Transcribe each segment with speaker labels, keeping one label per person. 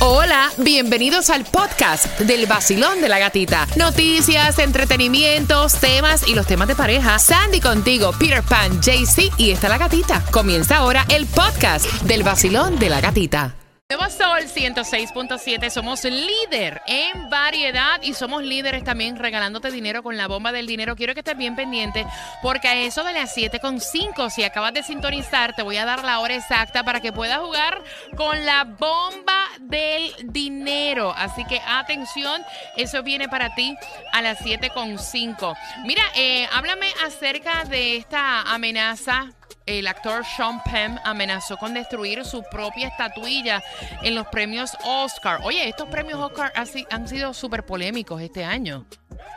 Speaker 1: Hola, bienvenidos al podcast del vacilón de la gatita. Noticias, entretenimientos, temas y los temas de pareja. Sandy contigo, Peter Pan, JC y está la gatita. Comienza ahora el podcast del vacilón de la gatita. Nuevo Sol 106.7, somos líder en variedad y somos líderes también regalándote dinero con la bomba del dinero. Quiero que estés bien pendiente porque a eso de las 7.5, si acabas de sintonizar, te voy a dar la hora exacta para que puedas jugar con la bomba del dinero. Así que atención, eso viene para ti a las 7.5. Mira, eh, háblame acerca de esta amenaza el actor Sean Penn amenazó con destruir su propia estatuilla en los premios Oscar. Oye, estos premios Oscar ha si- han sido súper polémicos este año.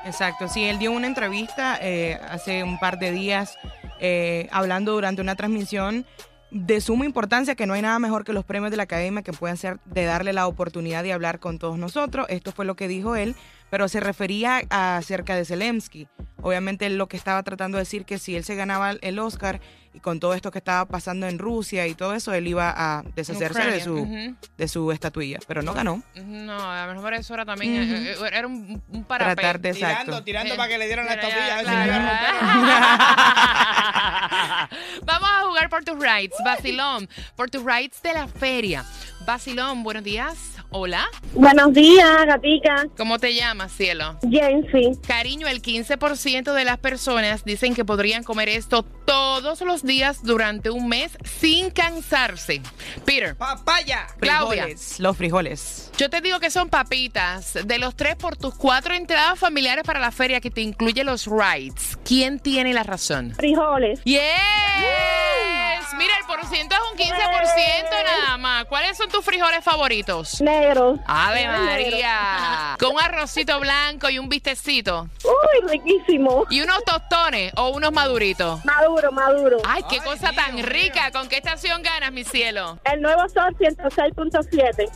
Speaker 2: Exacto, sí, él dio una entrevista eh, hace un par de días eh, hablando durante una transmisión de suma importancia que no hay nada mejor que los premios de la academia que puedan ser de darle la oportunidad de hablar con todos nosotros. Esto fue lo que dijo él, pero se refería a- acerca de Zelensky. Obviamente él lo que estaba tratando de decir que si él se ganaba el Oscar y con todo esto que estaba pasando en Rusia y todo eso, él iba a deshacerse de
Speaker 1: Ucrania,
Speaker 2: su,
Speaker 1: ujú.
Speaker 2: de su estatuilla, pero no ganó.
Speaker 1: No, a lo mejor eso era también,
Speaker 2: Ujú.
Speaker 1: eh, eh, era un, un parapé.
Speaker 2: Tratar de
Speaker 3: Tirando,
Speaker 2: exacto.
Speaker 3: tirando para que le dieran la
Speaker 1: Pero ya,
Speaker 3: estatuilla. a ver si
Speaker 1: claro.
Speaker 3: le iban a romper.
Speaker 1: Vamos a jugar por tus rights, Basilón, por tus rights de la feria. Basilón, buenos días. Hola.
Speaker 4: Buenos días, gatica.
Speaker 1: ¿Cómo te llamas, cielo?
Speaker 4: Jensi.
Speaker 1: Cariño, el 15% de las personas dicen que podrían comer esto todos los días durante un mes sin cansarse. Peter,
Speaker 3: Papaya.
Speaker 1: Claudia.
Speaker 2: Frijoles, los frijoles.
Speaker 1: yo te digo que son papitas de los tres por tus cuatro entradas familiares para la feria que te incluye los rides. ¿Quién tiene la razón?
Speaker 4: Frijoles.
Speaker 1: Yes. Mira, el porciento es un 15% nada más. ¿Cuáles son tus frijoles favoritos?
Speaker 4: Negros.
Speaker 1: Ave
Speaker 4: Negros.
Speaker 1: María. Con un arrocito blanco y un bistecito.
Speaker 4: Uy, riquísimo.
Speaker 1: Y unos tostones o unos maduritos.
Speaker 4: Maduro, maduro.
Speaker 1: Ay, qué
Speaker 3: Ay,
Speaker 1: cosa
Speaker 3: Dios
Speaker 1: tan
Speaker 3: mío.
Speaker 1: rica. ¿Con qué estación ganas, mi cielo?
Speaker 4: El nuevo sol 106.7.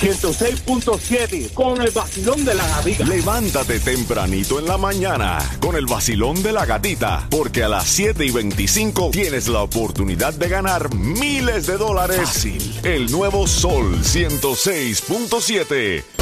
Speaker 5: 106.7 con el vacilón de la gatita.
Speaker 6: Levántate tempranito en la mañana con el vacilón de la gatita, porque a las 7 y 25 tienes la oportunidad de ganar miles de dólares. El nuevo Sol 106.7.